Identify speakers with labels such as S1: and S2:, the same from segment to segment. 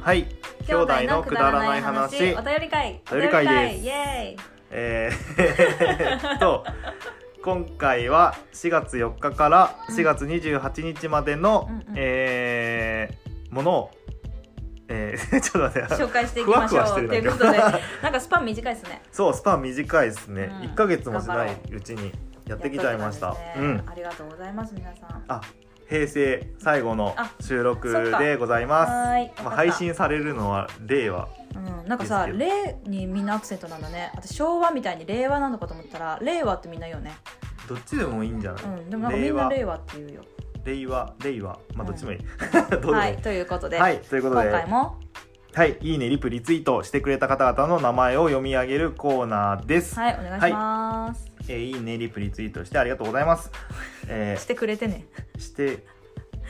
S1: はい兄弟のくだらない話
S2: お便り会
S1: お便り会です
S2: お便りイエ
S1: えー、 と今回は4月4日から4月28日までの、
S2: うんうんうん
S1: えーものを、えー ちょっと待って
S2: ーイ紹介していきまし
S1: ふ
S2: ょ
S1: わふわして
S2: う
S1: る
S2: と
S1: ないんか
S2: うことで なんかスパン短いですね
S1: そうスパン短いですね、
S2: うん
S1: 一1か月もしないうちにやってきちゃいました
S2: やっときた
S1: うん
S2: ですね
S1: ん
S2: ありがとうございます皆さん
S1: あ平成最後の
S2: あ
S1: 収録
S2: そっか
S1: でございます
S2: はーい
S1: まあ、
S2: わかっ
S1: 配
S2: た
S1: 信されるのは令和
S2: うんなんかさ
S1: ですけ
S2: 令にみんなアクセントなんだね私昭和みたいに令和なのかと思ったら令和ってみんな言うよね
S1: どっちでもいいんじゃない、
S2: うんでもなんかみんな令和って言うよ
S1: 令和令和まあどっちもいい、 どうでもいい
S2: はいということで、
S1: はい、ということ
S2: 今
S1: で
S2: 回も
S1: はい、いいね、リプ、リツイートしてくれた方々の名前を読み上げるコーナーです。
S2: はいお願いします、
S1: えーいいね、リプ、リツイートしてありがとうございます。え
S2: してくれ てね
S1: ーして、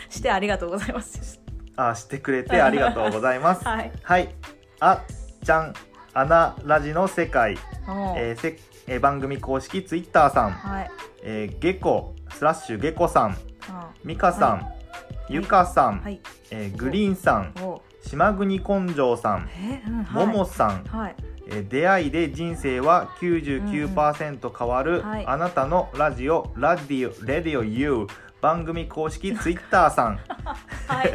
S2: してありがとうござい ます
S1: あ、してくれてありがとうございま す。
S2: はい
S1: はい、あっちゃん、アナラジの世界、
S2: おう
S1: えーせえー番組公式ツイッターさん、
S2: はい
S1: えー、ゲコ、スラッシュゲコさん、
S2: あ
S1: ミカさん、ゆかさん、
S2: はい
S1: えーグリーンさん、
S2: おう
S1: 島国根性さん、
S2: えうんはい
S1: ももさん、
S2: はい
S1: えー出会いで人生は99%変わる、
S2: はい
S1: あなたのラジオラディオレディオ U 番組公式ツイッターさん
S2: はい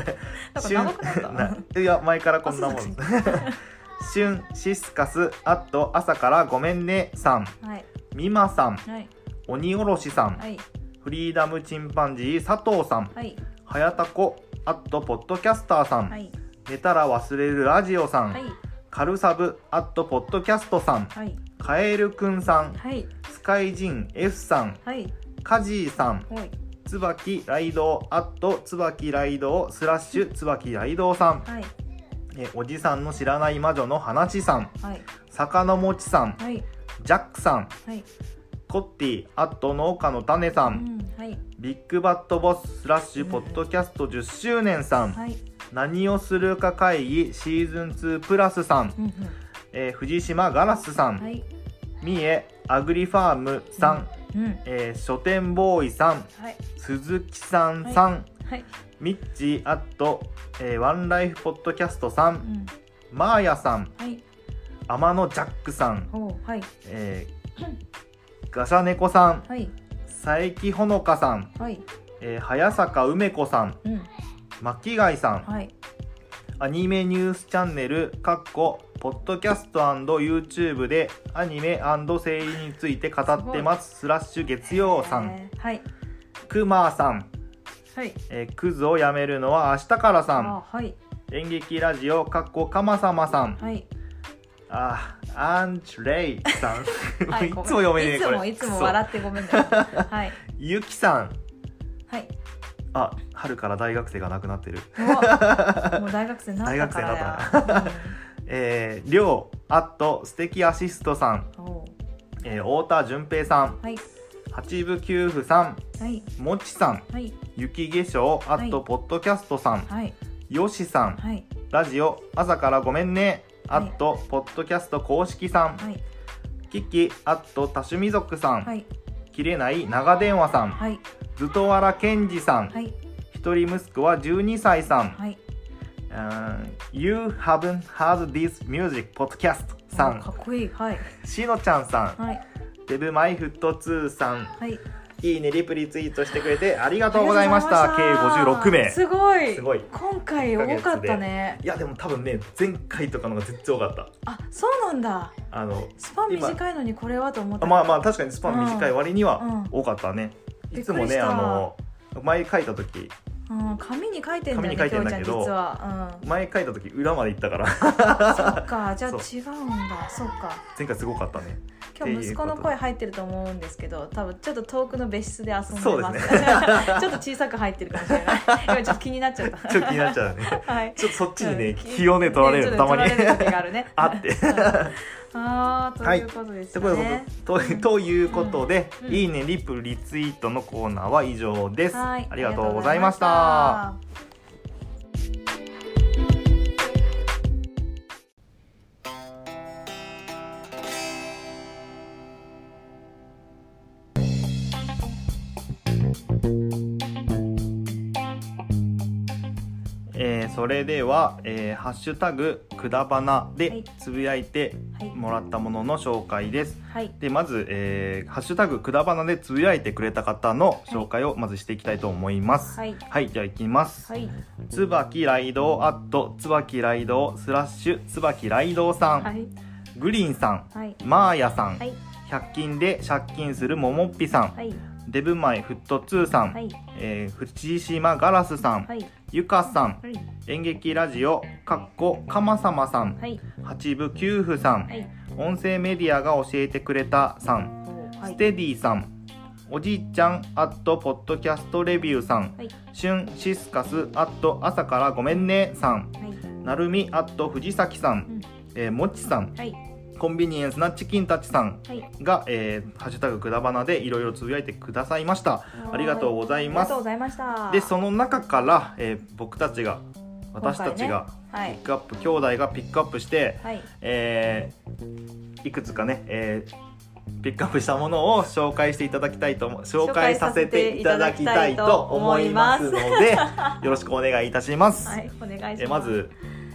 S2: なんか長く なった
S1: ないや前からこんなもん
S2: あそう
S1: しゅんシスカスあっと朝からごめんねさん
S2: はい
S1: みまさん
S2: はい
S1: 鬼おろしさん、
S2: はい
S1: フリーダムチンパンジー佐藤さん
S2: はい
S1: はやたこあっとポッドキャスターさん、
S2: はい
S1: 寝たら忘れるラジオさん、
S2: はい
S1: カルサブあっとポッドキャストさん
S2: はい
S1: カエルくんさん
S2: はい
S1: スカイジン F さん
S2: はい
S1: カジーさん、
S2: おい
S1: 椿ライドウ、アット椿ライドウ、スラッシュ椿ライドウさん、
S2: はい
S1: えおじさんの知らない魔女の話さん、
S2: はい
S1: 坂のもちさん、
S2: はい
S1: ジャックさん、
S2: はい
S1: コッティ、アット農家の種さ、
S2: うんんはい
S1: ビッグバットボス、スラッシュポッドキャスト10周年さん、
S2: はい
S1: 何をするか会議シーズン2プラスさん
S2: う、んうん
S1: えー藤島ガラスさ
S2: は
S1: ん、
S2: い
S1: 三重アグリファームさん、
S2: うん
S1: えー書店ボーイさん、
S2: はい
S1: 鈴木さんさん、
S2: はい
S1: ミッチーアット、えーワンライフポッドキャストさ、
S2: うんん
S1: マーヤさん、
S2: はい
S1: 天野ジャックさん、
S2: おうはい
S1: えーガシャネコさん、
S2: はい
S1: 佐伯ほのかさん、
S2: はい
S1: えー早坂梅子さん、
S2: うん
S1: 巻貝さん、
S2: はい
S1: アニメニュースチャンネル、かっこ、ポッドキャスト &YouTube でアニメ声優について語ってます、スラッシュ月曜さん、
S2: えーはい
S1: くまーさん、
S2: はい
S1: えークズをやめるのは明日からさん、
S2: あはい
S1: 演劇ラジオ、かっこかまさまさん、
S2: はい
S1: あ、アンチュレイさん。
S2: は
S1: いつ
S2: ご
S1: も
S2: めん
S1: 読めねえ
S2: いつ
S1: これ。
S2: もいつも笑
S1: っ
S2: ってごめんねはい
S1: ゆきさん。
S2: はい
S1: あ、春から大学生が亡くなってる。
S2: うわもう大学生になったからや
S1: 大学生えー、りょう、あっと、素敵アシストさん。
S2: うんおう
S1: えー、太田淳平さん。
S2: はい
S1: 八部九夫さん。
S2: はい
S1: もちさん。
S2: はい
S1: 雪化粧、あっ
S2: は
S1: と、
S2: い
S1: ポッドキャストさん。
S2: はい
S1: よしさん。
S2: はい
S1: ラジオ、朝からごめんね。あっと、ポッドキャスト公式さん。
S2: はい
S1: キキ、あっと、多趣味族さん。
S2: はい
S1: 切れない長電話さん。
S2: はい
S1: ずとわらけんじさん。
S2: はい
S1: 一人息子は12歳さん、
S2: はい
S1: Uh, You haven't heard this music podcast さ
S2: お
S1: ん
S2: かっこいいはい
S1: しのちゃんさん
S2: はい
S1: デブマイフット2さん
S2: はい
S1: いいねリプリツイートしてくれてありがとうございました計56名
S2: すごい
S1: すごい
S2: 今回多かったね
S1: いやでも多分ね前回とかのが絶対多かった
S2: あそうなんだ
S1: あの
S2: スパン短いのにこれはと思っ
S1: あ
S2: た
S1: まあまあ確かにスパン短い割に
S2: うん
S1: は多かったね、
S2: うん
S1: いつも
S2: びっく
S1: ね
S2: りした
S1: あの前書いた時
S2: うん、紙に書いてんだ
S1: 紙
S2: よね
S1: に書いてんだけ
S2: きょ
S1: ど
S2: うちゃん実は、うん、
S1: 前書いた時裏まで行ったから
S2: そっかじゃあ
S1: そう
S2: 違うんだそっか
S1: 前回すごかったね
S2: 今日息子の声入ってると思うんですけど多分ちょっと遠くの別室で遊ん
S1: そ
S2: で
S1: う
S2: ます
S1: です
S2: ちょっと小さく入ってるかもしれない今ちょっと気になっちゃった
S1: ちょっと気になっちゃうね
S2: はい
S1: ちょっとそっちに
S2: う
S1: ね
S2: ん
S1: 気をね取られる
S2: ね
S1: たまに
S2: ちょっと取られる時があるね
S1: あって
S2: あーということでし
S1: と
S2: た
S1: こ
S2: ね、
S1: ういうこととということで、
S2: うんうん
S1: いいねリプリツイートのコーナーは以上です、
S2: はい
S1: ありがとうございました
S2: ありがとうございました
S1: えーそれでは、えーハッシュタグくだばな」
S2: は
S1: で
S2: い
S1: つぶやいて
S2: はい
S1: もらったものの紹介です。
S2: はい
S1: でまず、えーハッシュタグくだばな」でつぶやいてくれた方の紹介をまずしていきたいと思います。
S2: はい
S1: はい、じゃあいきます。
S2: はい
S1: 椿雷道アット椿雷道スラッシュ椿雷道さん、
S2: はい
S1: グリーンさん、
S2: はい
S1: マーヤさん、
S2: はい
S1: 100均で借金するももっぴさん、
S2: はい
S1: デブマイフットツーさん、
S2: はい
S1: えー藤島ガラスさん、
S2: はい
S1: ゆかさん、
S2: はい
S1: 演劇ラジオかっこかまさまさん、
S2: はい
S1: 八部九夫さん、
S2: はい
S1: 音声メディアが教えてくれたさん、
S2: はい
S1: ステディさんおじいちゃんアットポッドキャストレビューさん、
S2: はい
S1: しゅんシスカスアット朝からごめんねさん
S2: はい
S1: なるみアット藤崎さん、
S2: うん
S1: えーもっちさん
S2: はい
S1: コンビニエンスなチキンたちさん
S2: はい
S1: が、えーハッシュタグくだばなでいろいろつぶやいてくださいましたありがとうござい
S2: あ
S1: ま
S2: りがと
S1: す
S2: うございました
S1: でその中から、えー僕たちが私たちが、
S2: はい
S1: ピックアップ兄弟がピックアップして、
S2: はい
S1: えーいくつかね、えーピックアップしたものを紹介していただきたいと思紹介させていただきたいと思いますので よろしくお願いいたします、
S2: はいお願いします
S1: えーまず、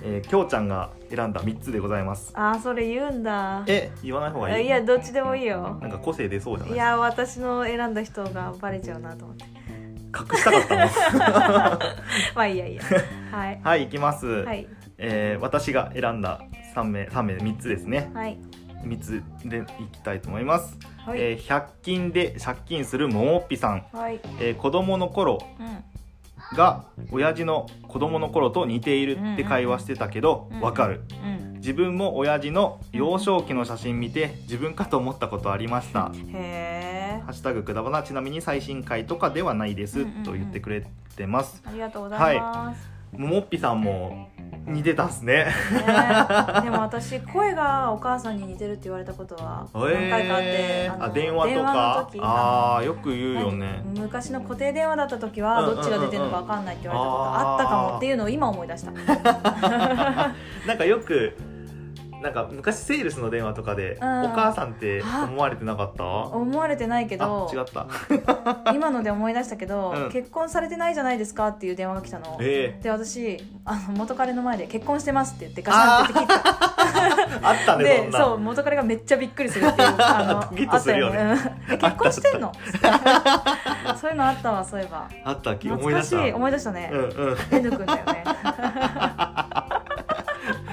S1: えー、きょうちゃんが選んだ3つでございます
S2: あーそれ言うんだ
S1: え言わない方がいい
S2: いやどっちでもいいよ
S1: なんか個性出そうじゃない
S2: いや私の選んだ人がバレちゃうなと思って
S1: 隠したかったの
S2: まあいいやいいやはい
S1: はい行きます、
S2: はい
S1: えー私が選んだ3名3名3つですね
S2: はい
S1: 3つでいきたいと思います、
S2: はい、
S1: えー100均で借金するももっぴさん、
S2: はい
S1: えー子供の頃
S2: うん
S1: が親父の子供の頃と似ているって会話してたけど
S2: うんうん
S1: わかる
S2: うん
S1: 自分も親父の幼少期の写真見て自分かと思ったことありました「
S2: へえ
S1: ハッシュタグくだばな」ちなみに最新回とかではないで
S2: う
S1: す
S2: んうんうん
S1: と言ってくれてます
S2: ありがとうございます、
S1: ももっぴさんも似てたっすね
S2: ねえでも私声がお母さんに似てるって言われたことは何回かあって、
S1: えー
S2: の
S1: あ電話とか
S2: 電話の時
S1: あーよく言うよ
S2: な
S1: ね
S2: んか昔の固定電話だった時はどっちが出てるのか分かんないって言われたことあったかもっていうのを今思い出した
S1: なんかよくなんか昔セールスの電話とかで「お
S2: うん
S1: 母さん」って思われてなかったあ
S2: 思われてないけど
S1: 違った
S2: 今ので思い出したけど、
S1: うん
S2: 結婚されてないじゃないですかっていう電話が来たの、
S1: え
S2: で私あの元彼の前で「結婚してます」って言ってガシャンって切っ
S1: えあった
S2: た
S1: ねそ
S2: で
S1: ん
S2: そ
S1: な
S2: う元彼がめっちゃびっくりするっ ていうあ
S1: ドキッとするよね
S2: あったよねうんえ結婚してんの そういうのあったわそういえば
S1: あったき思
S2: 懐
S1: い
S2: か
S1: 出
S2: し
S1: し
S2: い
S1: た
S2: 思い出したね、
S1: うんうん
S2: 天くんだよね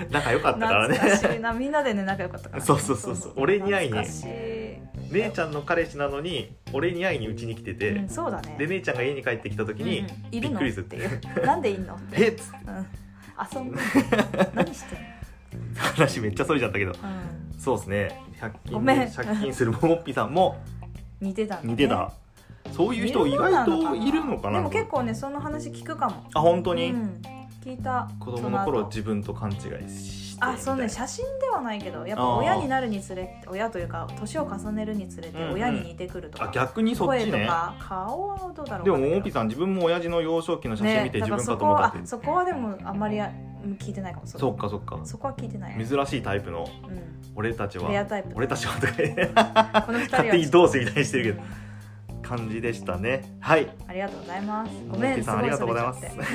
S1: 仲良かったから
S2: 懐
S1: ね
S2: かしいなみんなでね仲良かったから
S1: そうそうそうそう俺に会いに
S2: 懐かしい、
S1: 姉ちゃんの彼氏なのに俺に会いにうちに来てて、
S2: うん、そうだね
S1: で姉ちゃんが家に帰ってきた時に
S2: うんうん
S1: び
S2: いる
S1: っ
S2: の
S1: くりす
S2: っ
S1: るってて
S2: いうなんでいんの
S1: 「
S2: って、
S1: えっ!」つって
S2: うん、遊んで何してんの
S1: 話めっちゃそれちゃったけど
S2: うん
S1: そうですね100
S2: ご
S1: 均
S2: め
S1: で
S2: ん
S1: 借金するももっぴさんも
S2: 似てたんだね
S1: 似てた、そういう人意外といるのかな
S2: でも結構ねその話聞くかも
S1: あ本当に、
S2: うん、聞いた
S1: 子供の頃
S2: そ後
S1: 自分と勘違いしてみたいな
S2: あそうね写真ではないけどやっぱ
S1: あー
S2: 親になるにつれて親というか年を重ねるにつれ
S1: うん
S2: て
S1: うん
S2: 親に似てくるとか、
S1: あ逆にそっち
S2: 声と
S1: ね
S2: か顔はどうだろう
S1: でもももぴ
S2: さ
S1: さん自分も親父の幼少期の写真見て自分か
S2: そ
S1: と
S2: こ
S1: 思った
S2: は
S1: って、
S2: あそこはでもあんまりやうん聞いてないかもそ
S1: そっかそっか
S2: そこは聞いてない、うん、
S1: 珍しいタイプの俺たちは
S2: レアタイプ
S1: 俺たちはとか言って
S2: この二人は
S1: 勝手に同士みたいにしてるけど
S2: うん
S1: 感じでしたねはい
S2: ありがとうございますご
S1: もも
S2: め
S1: ぴ
S2: ん
S1: さんありがとうございます
S2: すごい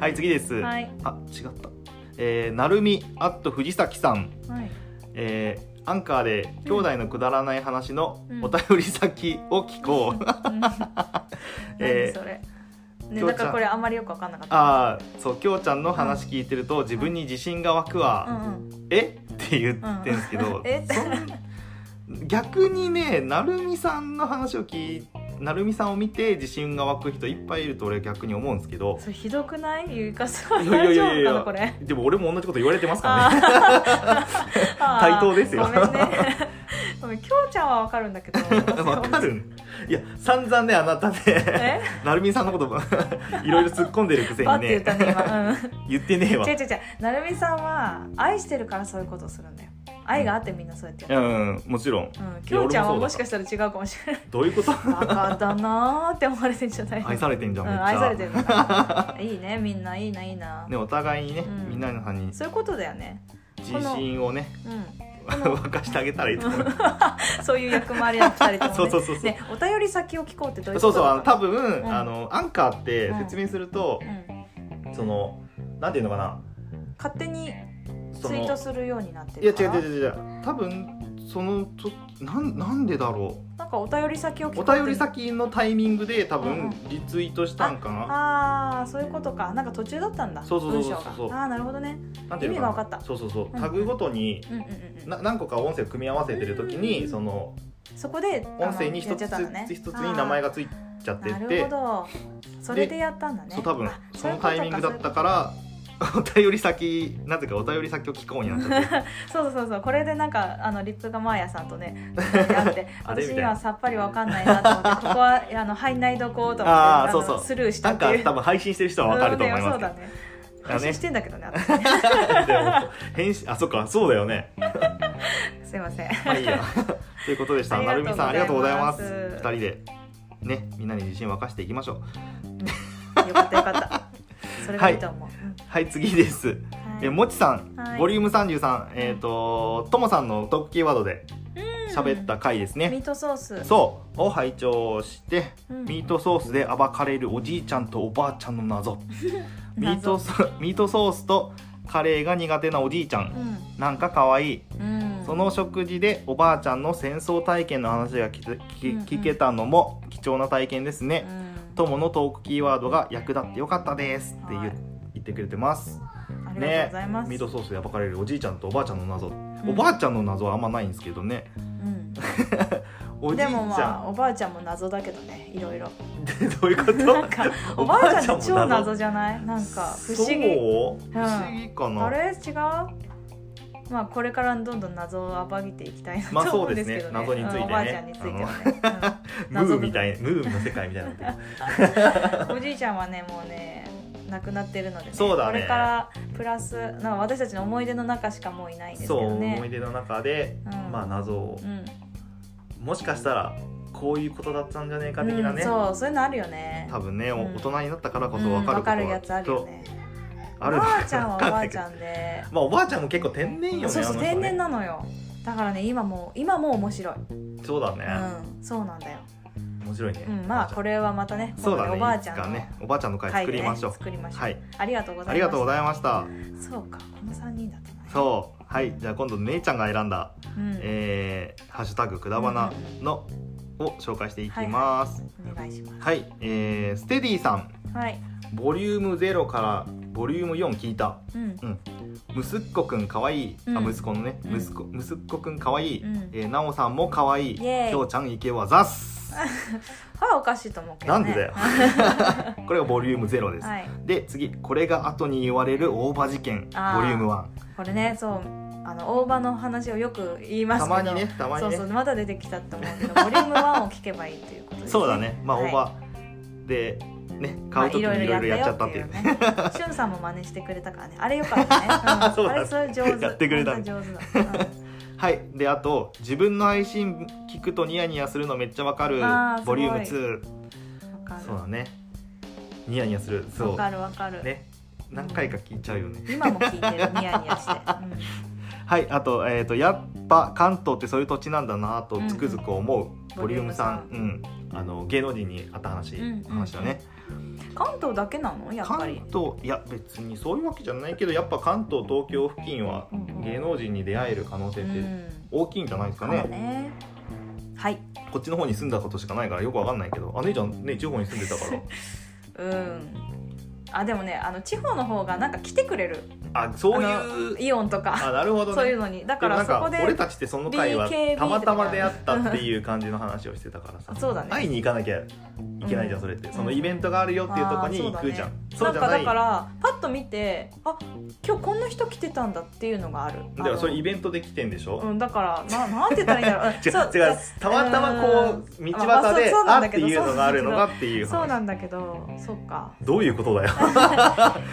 S1: はい次です、
S2: それちゃってはい
S1: あ違ったえー、なるみあっと藤崎さん
S2: はい
S1: えーアンカーで兄弟のくだらない話の
S2: うん
S1: お便り先を聞こう、
S2: うん
S1: えー
S2: 何それ、
S1: き
S2: ね、
S1: ょうちゃん
S2: だからこれあんまりよく分かんなかった
S1: ああそうきょうちゃんの話聞いてると自分に自信が湧くわ、
S2: うんうん
S1: えって言ってんすけど、
S2: うんえって
S1: そん逆にねなるみさんの話を聞いなるみさんを見て自信が湧く人いっぱいいると俺は逆に思うんですけど
S2: それひどくないゆいかさん
S1: いやいや
S2: 大
S1: いやい
S2: 丈夫
S1: や
S2: かなこれ
S1: でも俺も同じこと言われてますからね
S2: あー
S1: 対等ですよ
S2: ごめんね ごめんきょうちゃんはわかるんだけど
S1: わかるいや散々ねあなた ね
S2: え
S1: なるみさんのことも いろいろ突っ込んでるくせ
S2: あ
S1: に
S2: って言っ
S1: ね
S2: たね今うん
S1: 言ってねえわ
S2: 違う違う違うなるみさんは愛してるからそういうことをするんだよ愛があってみんなそうやってやる
S1: うんもちろん
S2: うんきょうちゃんは
S1: 俺も
S2: も
S1: そう
S2: し
S1: だ
S2: かしたら違うかもしれない
S1: どういうこと
S2: バカだなーって思われてんじゃ ない
S1: 愛されてんじゃ
S2: うんん
S1: めっちゃ、
S2: 愛されてるのかいいねみんないいないいな
S1: ねお互いにね、
S2: うん
S1: みんなのさんに
S2: そういうことだよね
S1: 自信をね
S2: うんの
S1: 沸かしてあげたらいいと思う
S2: そういう役回りの二人ともね
S1: そうそうそうそう
S2: ねお便り先を聞こうってどういう
S1: そ
S2: こ
S1: う
S2: と
S1: そうあ
S2: だ
S1: の
S2: か
S1: 多分、
S2: ん
S1: あのアンカーって説明すると、
S2: うん
S1: そのなんていうのかな
S2: 勝手に
S1: そ
S2: ツイ
S1: の
S2: ートするようになって
S1: いや
S2: る
S1: 違
S2: か
S1: う
S2: ら
S1: 違う違う違う多分そのとなんなんでだろ
S2: なんかお便り先を
S1: う
S2: 聞
S1: お
S2: く
S1: 便り先のタイミングで多
S2: うんう
S1: 分リツイートしたんかな、
S2: ああそういうことかなんか途中だったんだ
S1: そうそうそうそう
S2: 文章がああーなるほどね
S1: なんていうのかな
S2: 意味が分かった
S1: そうそうそう
S2: うん
S1: タグごとに、
S2: うんうんうんうん
S1: な何個か音声を組み合わせてる時
S2: うんうんう
S1: に
S2: ん
S1: その
S2: そこで
S1: 音声に
S2: あの
S1: 一
S2: やっちゃ
S1: つ
S2: ったんだね
S1: 一つに名前がついちゃって
S2: なる
S1: て
S2: ほどそれでやったんだね
S1: そう多分
S2: あ
S1: そ
S2: そういう
S1: の
S2: こ
S1: タ
S2: と
S1: イミングだったからお便り先なぜかお便り先を聞こうになっちゃって
S2: そうそうそうこれでなんかあのリップがマーヤさんとねあって
S1: あれみ
S2: 私に
S1: たいな
S2: はさっぱりわかんないなと思 ってここはあの入んないどこうと思って
S1: あー
S2: の
S1: そうそう
S2: ス ルーし
S1: な
S2: た
S1: ん
S2: ってい
S1: か多
S2: う
S1: 分配信してる人はわかると思います
S2: そう
S1: けど
S2: だね
S1: だ
S2: 配
S1: ね
S2: 信してんだけどね
S1: でも返信あそっかそうだよね
S2: 私すいません
S1: まあいい やということでした
S2: あり
S1: な
S2: がと
S1: る
S2: う
S1: みさんありがとうございます
S2: ございます
S1: 二人でねみんなに自信沸かしていきましょう
S2: よかったよかったそれがいいと思う、うん
S1: はい次です
S2: はい
S1: えもちさん、
S2: はい
S1: ボリューム33えっ、とともさんのトークキーワードで喋った回ですね、
S2: ミートソース
S1: そうを拝聴して、
S2: うん
S1: ミートソースで暴かれるおじいちゃんとおばあちゃんの謎ミート
S2: 謎
S1: ソミートソースとカレーが苦手なおじいちゃん、
S2: う
S1: なんか可愛い
S2: ん、うん、
S1: その食事でおばあちゃんの戦争体験の話が聞け
S2: うんうん
S1: 聞けたのも貴重な体験です
S2: う
S1: ね、
S2: ん
S1: 友のトークキーワードが役立ってよかったですって言,、
S2: はい
S1: 言ってくれてます
S2: ありがとうございます、
S1: ミートソースで暴かれるおじいちゃんとおばあちゃんの謎、おばあちゃんの謎はあんまないんですけどね
S2: うん
S1: おじいち
S2: で
S1: ゃん、
S2: もまあおばあちゃんも謎だけどねいろいろ
S1: どういうこと
S2: なんかおばあちゃ
S1: お
S2: んって
S1: ばあ
S2: 超
S1: ちゃんも
S2: 謎じゃないなんか不思議
S1: そう
S2: うん
S1: 不思議かな、
S2: あれ違うまあこれからどんどん謎を暴いていきたい
S1: ま
S2: な
S1: あ
S2: と
S1: そ
S2: 思
S1: ううんで
S2: です
S1: ね
S2: すけどね,、
S1: 謎についてね
S2: うんおばあちゃんについてはね、
S1: ムーみたいムーの世界みたいになってる
S2: うんおじいちゃんはねもうね亡くなってるので、
S1: そうだね
S2: これからプラスなんか私たちの思い出の中しかもういないんですけ
S1: そう
S2: ど
S1: 思い
S2: ね
S1: 出の中で、
S2: うん
S1: まあ謎を
S2: うん
S1: もしかしたらこういうことだったんじゃねえか的なね、
S2: うんそうそういうのあるよね
S1: 多分ね、お
S2: うん
S1: 大人になったからこそ
S2: う
S1: 分
S2: ん
S1: かるこ
S2: わ
S1: とは
S2: かるやつあるよね
S1: きっと
S2: お
S1: ある
S2: ばあちゃんはおばあち
S1: ん
S2: ゃんで
S1: まあおばあちゃんも結構天然よね
S2: そうそう
S1: あの人ね
S2: 天然なのよだからね今も今も面白い、
S1: そうだ
S2: う
S1: ね、
S2: ん、そうなんだよ、
S1: 面白いね、
S2: うん、まあこ
S1: れ
S2: れはまたね
S1: そうだね
S2: おばあちゃ
S1: い
S2: ん
S1: つ
S2: の
S1: かねおばあちゃんの会
S2: 会
S1: 作
S2: で
S1: り
S2: ね
S1: ましょう、
S2: 作りましょう、
S1: はい
S2: ありがとうございます
S1: ありがとうございました
S2: そうかこの三人だったねう、
S1: そうはいじゃあ今度姉ちゃんが選んだ
S2: ん
S1: えーハッシュタグくだばなのを紹介していきます。
S2: お願いします
S1: はい、えーステディさん、
S2: はい、
S1: ボリューム0からボリューム4聞いた。
S2: うん
S1: 息子くんかわいい。あ、
S2: うん
S1: 息子のね、
S2: うん
S1: 息子、息子くんかわいい。
S2: うん
S1: えーなおさんもかわいい。
S2: イエーイ
S1: きょうちゃんいけわざっす。
S2: はおかしいと思うけど、
S1: な
S2: ね、
S1: んでだよ。これがボリューム0です。
S2: はい
S1: で、次、これが後に言われる大葉事件、ボ
S2: あー
S1: リューム1。
S2: これねそうあの大葉の話をよく言います
S1: た
S2: けど
S1: まにね、たまにね。
S2: そうそうまだ出てきたと思うけどボリューム1を聞けばいいということです、
S1: そうだね。まあ、
S2: はい
S1: 大葉で、ね、買うときにいろいろやっちゃったっていう。
S2: まあいろいろやったよっていうね。しゅんさんも真似してくれたからね。あれよ かったね。うん
S1: そうだね
S2: あれそれ上手。
S1: やってくれた
S2: 本当に上手だ。
S1: はい、であと自分の配信聞くとニヤニヤするのめっちゃわかる
S2: あーすご
S1: ボ
S2: い
S1: リューム2
S2: うんわか
S1: そうだねニヤニヤする
S2: る。わ
S1: そ
S2: かるわか
S1: う
S2: る。
S1: ね何回か聞いちゃうよね
S2: 今も聞いてるニヤニヤして。
S1: はいあと,、えー、とやっぱ関東ってそういう土地なんだなとつくづく思う、ボリューム3、
S2: ボ
S1: うん、あの芸能人にあった話、
S2: うん
S1: 話だね
S2: うん関東だけなのやっぱり
S1: 関。東いや別にそういうわけじゃないけどやっぱ関東東京付近は
S2: うんうん
S1: 芸能人に出会える可能性
S2: う
S1: って
S2: ん。
S1: 大きいんじゃないです
S2: か
S1: か
S2: も
S1: ね、
S2: ね。はい。
S1: こっちの方に住んだことしかないからよくわかんないけどあ姉ちゃんね地方に住んでたから
S2: うん。あでもねあの地方の方がなんか来てくれる。
S1: あそうい
S2: あ
S1: う
S2: のイオンとか
S1: あなるほどね
S2: そういうのにだ
S1: で
S2: か
S1: も
S2: ら
S1: なん
S2: そこ
S1: か
S2: で。
S1: 俺たちってその回は
S2: BKB
S1: たまたま出会ったっていう感じの話をしてたからさ
S2: そうだね
S1: 会いに行かなきゃいけないじゃん
S2: うん
S1: それってそのイベントがあるよっていうとこに行くじゃん
S2: あ
S1: そう
S2: なん
S1: じゃ
S2: か
S1: な
S2: だ
S1: い
S2: か
S1: だから
S2: パッと見てあ今日こんな人来てたんだっていうのがある
S1: らそれ
S2: あの
S1: イベントで来てんでしょ
S2: うん、だからななんて言ったらいいんだろう
S1: 違
S2: そう
S1: う違うたまたまこう道
S2: まあま
S1: 端
S2: あ
S1: で
S2: そう
S1: あ
S2: なん
S1: っ
S2: だ
S1: て
S2: けど
S1: いうのがあるのがっていう
S2: そう
S1: 話
S2: なんだけどそっか
S1: どういうことだよ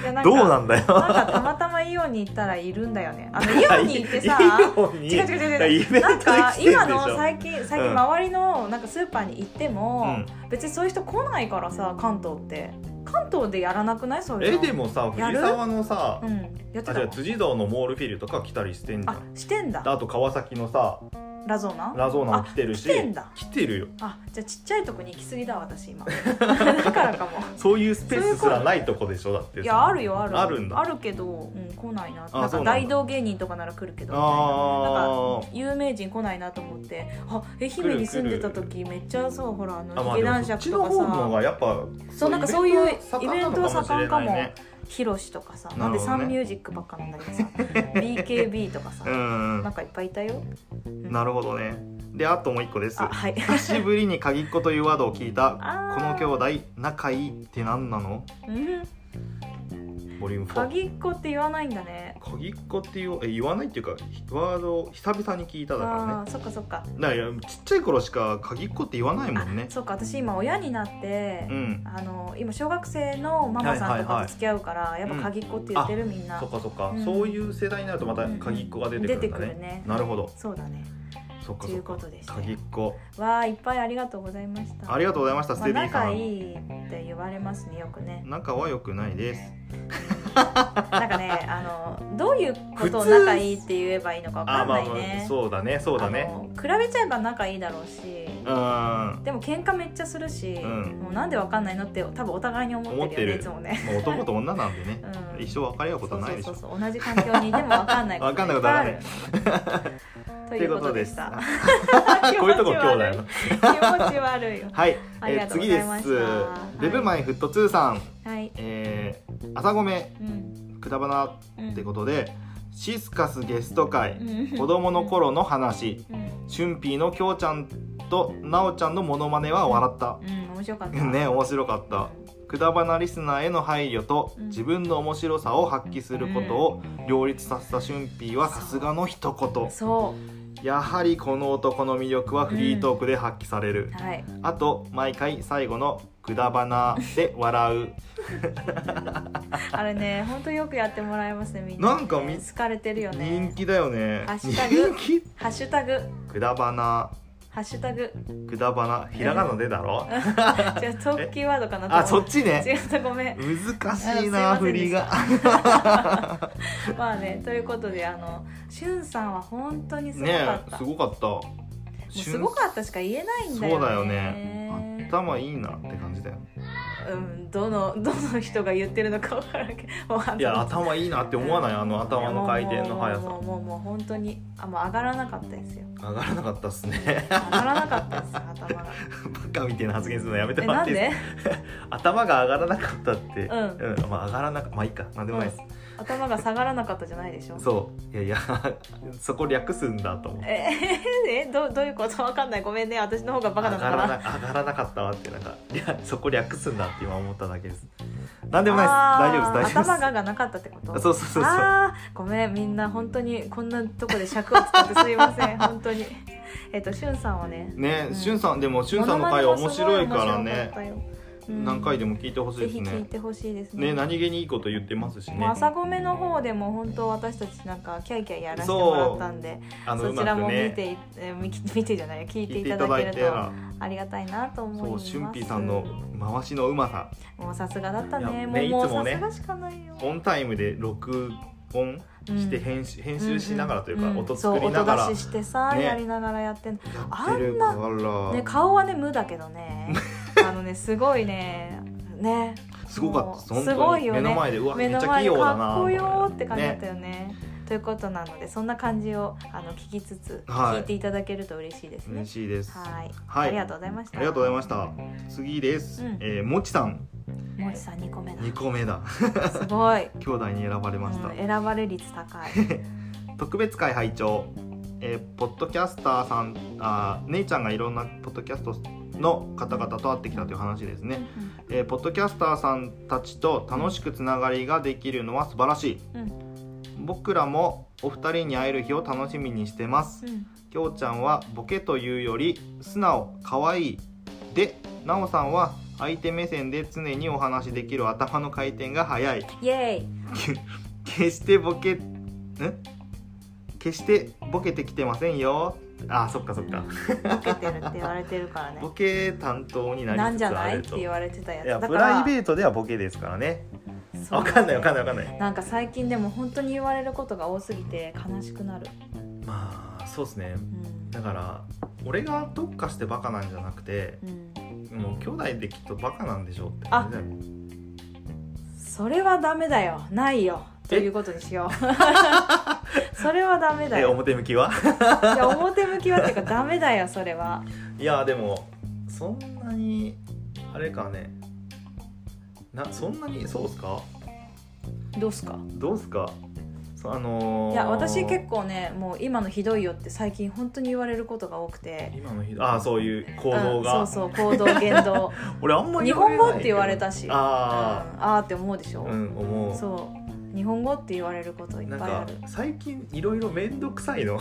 S2: いやなんか
S1: どうなん だよ
S2: なんかたまたまイオンに行ったらいるんだよねあのイオンに行っ てさ
S1: イオンに
S2: 違う違う違う
S1: イベントで
S2: なん
S1: 来
S2: か
S1: てんでし
S2: 今
S1: ょ
S2: の最近最近
S1: うん
S2: 周りのなんかスーパーに行っても、
S1: う
S2: 別にそういう人来ないからさ関東って関東でやらなくないそういう
S1: え
S2: の
S1: でもさ藤
S2: やる
S1: 沢のさ
S2: うんやって
S1: あ
S2: た
S1: じゃあ
S2: の
S1: 辻堂のモールフィルとか来たりしてんじゃ
S2: あ
S1: ん
S2: してんだ
S1: あと川崎のさ
S2: ラゾーナ
S1: ラゾーナも来てるし
S2: 来てんだ
S1: 来てるよ
S2: あじゃあちっちゃいとこに行き過ぎだわ私今 だからかも
S1: そういうスペースすらないとこでしょだって
S2: いやあるよある
S1: あるんだ
S2: あるけど、うん、来ないな
S1: あ
S2: なん
S1: そう
S2: か
S1: なんだ
S2: 大道芸人とかなら来るけどみたいななん
S1: あ
S2: か有名人来ないなと思ってあ愛媛に住んでた時めっちゃそうほらあ
S1: あま
S2: の
S1: あ
S2: 劇
S1: でも
S2: 団
S1: そっち
S2: 尺
S1: の方
S2: とか
S1: の
S2: さ
S1: がやっぱ
S2: そうなんかそういうイベントは盛んか
S1: イベントは盛んかもしれ
S2: も
S1: ないね
S2: ヒロシとかさな
S1: なんる
S2: で
S1: ほどね
S2: サンミュージックばっかなんだ けどさ BKB とかさ、
S1: うん
S2: なんかいっぱいいたよ
S1: なるほどねであともう一個です
S2: あはい
S1: 久しぶりに鍵っ子というワードを聞いた
S2: あー
S1: この兄弟仲いいって何なの
S2: うん
S1: ボリューム4
S2: 鍵っ子って言わないんだね
S1: 鍵っ子っていうえ言わないっていうかワードを久々に聞いただから
S2: あ
S1: ね
S2: あーそっかそっか
S1: だからちっちゃい頃しか鍵っ子って言わないもんね
S2: そっか私今親になって、
S1: うん
S2: あの今小学生のママさんと
S1: はいはい
S2: か
S1: はい
S2: と付き合うから、やっぱ鍵っ子って言ってるみんな
S1: そっかそっか、
S2: うん
S1: そういう世代になるとまた鍵っ子が出てくるんだね,、
S2: 出てくるね
S1: なるほど
S2: そうだね
S1: そっか
S2: と
S1: そ
S2: い
S1: っ
S2: うこ
S1: か
S2: とでした
S1: 鍵っ子
S2: わあいっぱいありがとうございました
S1: ありがとうございましたステデ
S2: まあ
S1: ィさ
S2: 仲
S1: ん、
S2: いいって言われますねよくね
S1: 仲は良くないです
S2: なんかねあのどういうことを仲いいって言えばいいのかわかんないね
S1: そうだねそうだ
S2: あ
S1: ね
S2: の比べちゃえば仲いいだろうし
S1: うん
S2: でも喧嘩めっちゃするし、
S1: うん
S2: もうなんでわかんないのって多分お互いに思ってる
S1: 思ってる
S2: よねいつもね、
S1: もう男と女なんでね
S2: うん、
S1: 一生別れ合うことはないでしょ
S2: そうそうそうそう同じ環境にいてもわかんない
S1: わかんないこと
S2: が
S1: は
S2: ある ということでした
S1: ということです こういうとこ兄弟の
S2: 気持ち悪いよ
S1: はい、
S2: あり
S1: え
S2: が
S1: ー
S2: とうご
S1: 次
S2: ざ
S1: で
S2: いました
S1: す。デブマイフットツーさん、
S2: はい
S1: えー、朝ごめ
S2: うん
S1: くだばな
S2: うん
S1: ってことで、シスカスゲスト会、
S2: うん
S1: 子供の頃の話、
S2: うん
S1: シュンピーのきょうちゃんとなおちゃんのモノマネは笑った。
S2: うん面白かった
S1: ね、面白かった。くだばなリスナーへの配慮と
S2: うん
S1: 自分の面白さを発揮することを両立させたシュンピーはさすがの一
S2: そ
S1: 言やはりこの男の魅力はフリートークで発揮される
S2: う、はい
S1: あと毎回最後の「くだばな」で笑う
S2: あれね本当よくやってもらいますねみん
S1: なんかみ
S2: 好かれてるよ
S1: 人
S2: ね
S1: 気だよね
S2: ハッシュタグ
S1: 人気
S2: ハッシュタグ
S1: くだばな
S2: ハッシュタグ
S1: くだばなひらがなでだろ
S2: じゃあトークキーワードかなと思
S1: あそっちね
S2: 違ったごめん
S1: 難
S2: あす
S1: し
S2: い
S1: い
S2: ま
S1: な
S2: せ
S1: 振
S2: んで
S1: り
S2: した
S1: が
S2: まあねということであのしゅんさんは本当にすごか
S1: ね
S2: っ
S1: え
S2: た、
S1: す
S2: も
S1: ごかった
S2: うすごかったしか言えないんだよ
S1: そ
S2: ね
S1: うだよね頭いいなって感じだよ
S2: うんどのどの人が言ってるのかわからんけどもうあの
S1: いや頭いいなって思わないあの頭の回転の速
S2: も
S1: さ
S2: うもうもうもうもう本当にあもう上がらなかったですよ
S1: 上がらなかったっすね
S2: 上がらなかったです頭が
S1: バカみたいな発言するのやめて
S2: え
S1: もら
S2: な
S1: って
S2: ん
S1: いいです
S2: で
S1: か頭が上がらなかったって
S2: うん
S1: うんまあ上がらなかまあいいかなんでもないです
S2: 頭が下がらなかったじゃないでしょ
S1: そういやいや そこ略すんだと思って
S2: えええどうどういうことわかんないごめんね私の方がバカなの
S1: 上
S2: か
S1: がら
S2: な
S1: な上がらなかったわってなんかいやそこ略すんだって今思っただけですなんでもないです大丈夫です大丈
S2: 頭
S1: 夫で
S2: ががなかったってこと
S1: すそうそうそうそう
S2: あーごめんみんな本当にこんなとこで尺を使ってすいま せん本当にえっとしゅんさんはね
S1: ね
S2: うん
S1: しゅんさんでもしゅんさんの回は面白いからね何回
S2: で
S1: でも聞いてほしい
S2: ぜ
S1: です
S2: ひ聞い
S1: ね
S2: てほしいですね
S1: ね何気にいいこと言ってますし
S2: もう
S1: ね
S2: 朝ごめの方でも本当私たちなんかキャイキャイやらせてもらったんで
S1: あ
S2: そ
S1: のう
S2: ち
S1: ま
S2: ら
S1: く
S2: も見
S1: ね
S2: てい、えー見見てじゃない聞いて
S1: 聞い
S2: い
S1: てい
S2: た
S1: た
S2: だ
S1: だ
S2: け
S1: い
S2: る
S1: て
S2: と
S1: ら
S2: ありがたいなと思い
S1: そう
S2: ます
S1: しゅんぴーさんの回しのうまさ
S2: もうさすがだった
S1: い
S2: ね
S1: や
S2: もう
S1: ね
S2: も
S1: いうつも
S2: さ
S1: ね
S2: すがしかないよ
S1: オンタイムで録音して
S2: うん
S1: 編集編集しながらというか
S2: ん
S1: 音作りながら
S2: そ
S1: や
S2: う音出ししてさ、
S1: ね
S2: やりながらやってんの
S1: ってるから
S2: ね顔はね無だけ どねあのねすごいねね
S1: すごかった
S2: も
S1: です
S2: うす
S1: 本
S2: ご
S1: 当
S2: い
S1: に
S2: よね
S1: 目の前でうわめ
S2: 目
S1: っちゃ
S2: の
S1: 器
S2: 前で
S1: 用だ
S2: か
S1: な
S2: っこよ
S1: み
S2: って
S1: た
S2: 感
S1: い
S2: じ
S1: な
S2: だったよねということなのでそんな感じをあの聞きつつ、
S1: はい
S2: 聞いていただけると嬉しいですね
S1: 嬉しいですあ
S2: はい
S1: はい
S2: ありがとうございました
S1: りがとうございました次です、
S2: うん
S1: えーもちさん
S2: もうさん2個目だ
S1: 2個目だ
S2: す ごい、
S1: 兄弟に選ばれました、
S2: うん選ばれ率高 い
S1: 特別会拝聴えーポッドキャスターさんあー姉ちゃんがいろんなポッドキャストの方々と会ってきたという話ですね、えーポッドキャスターさんたちと楽しくつながりができるのは素晴らしい
S2: うん
S1: 僕らもお二人に会える日を楽しみにしてます
S2: うん
S1: きょうちゃんはボケというより素直可愛いでなおさんは相手目線で常にお話しできる頭の回転が速い
S2: イエーイ
S1: 決してボケん決してボケてきてませんよあそっかそっか
S2: ボケてるって言われてるからね
S1: ボケ担当にな
S2: なん
S1: りつ
S2: じ
S1: つ
S2: ゃな
S1: あ
S2: いっ
S1: る
S2: て
S1: と
S2: 言われてたやつ
S1: いや
S2: だ
S1: プ
S2: から
S1: ライベートではボケですからね
S2: そう
S1: わかんないわかんないわかんない
S2: なんか最近でも本当に言われることが多すぎて悲しくなる
S1: まあそうですね
S2: うん
S1: だから俺がどっかしてバカなんじゃなくて
S2: うん
S1: もう兄弟できっとバカなんでしょうって
S2: あ
S1: 感じだよね
S2: それはダメだよないよということにしよう それはダメだ
S1: え
S2: よ
S1: 表向きは
S2: いや表向きはっていうかダメだよそれはい
S1: やでもそんなにあれかねなそんなにそうっすか
S2: どうすか
S1: どうっすかそあのー
S2: いや私結構ねもう今のひどいよって最近本当に言われることが多くて
S1: 今の日ああそういう行動が、
S2: うんそうそう行動言動
S1: 俺あんまり
S2: 日本語って言われたし
S1: あ
S2: うんあーって思うでし
S1: あ
S2: ょ、
S1: うん思う
S2: そう日本語って言われることいっ
S1: なん
S2: ぱいあ
S1: か
S2: る
S1: 最近いろいろ面倒くさいの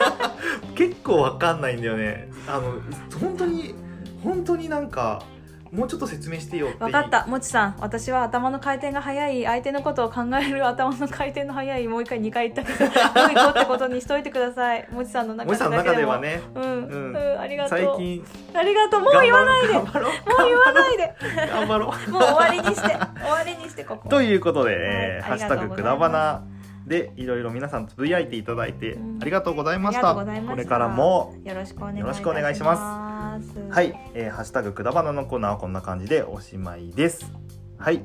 S1: 結構わかんないんだよねあの本当に本当になんかもうちょっと説明してよって
S2: 分かったもちさん私は頭の回転が速い相手のことを考える頭の回転の速いもう一回2回言った けどもう一個ってことにしといてくださいもちさんの中
S1: もえさんの
S2: だ
S1: 中
S2: け
S1: で
S2: でも
S1: はね
S2: うん、
S1: う
S2: うんんありがと
S1: 最
S2: う
S1: 近
S2: ありがとうもう言わないでも
S1: 頑張ろう
S2: う言わないで
S1: 頑張ろう頑張ろう
S2: もう終わりにして終わりにしてここ
S1: ということで、えー
S2: は
S1: ハッ
S2: い
S1: シュタ
S2: あり
S1: グ
S2: がとうご
S1: く
S2: ざい
S1: だ
S2: ます
S1: ばな」でいろいろ皆さんつぶやいていただいて
S2: うん
S1: ありがとうございまし
S2: あ
S1: た
S2: りがとうございました
S1: これからも
S2: よろしくお願いいた
S1: よろしくお願いしま
S2: します
S1: はい、えーハッシュタグくだばな」のコーナーはこんな感じでおしまいですはい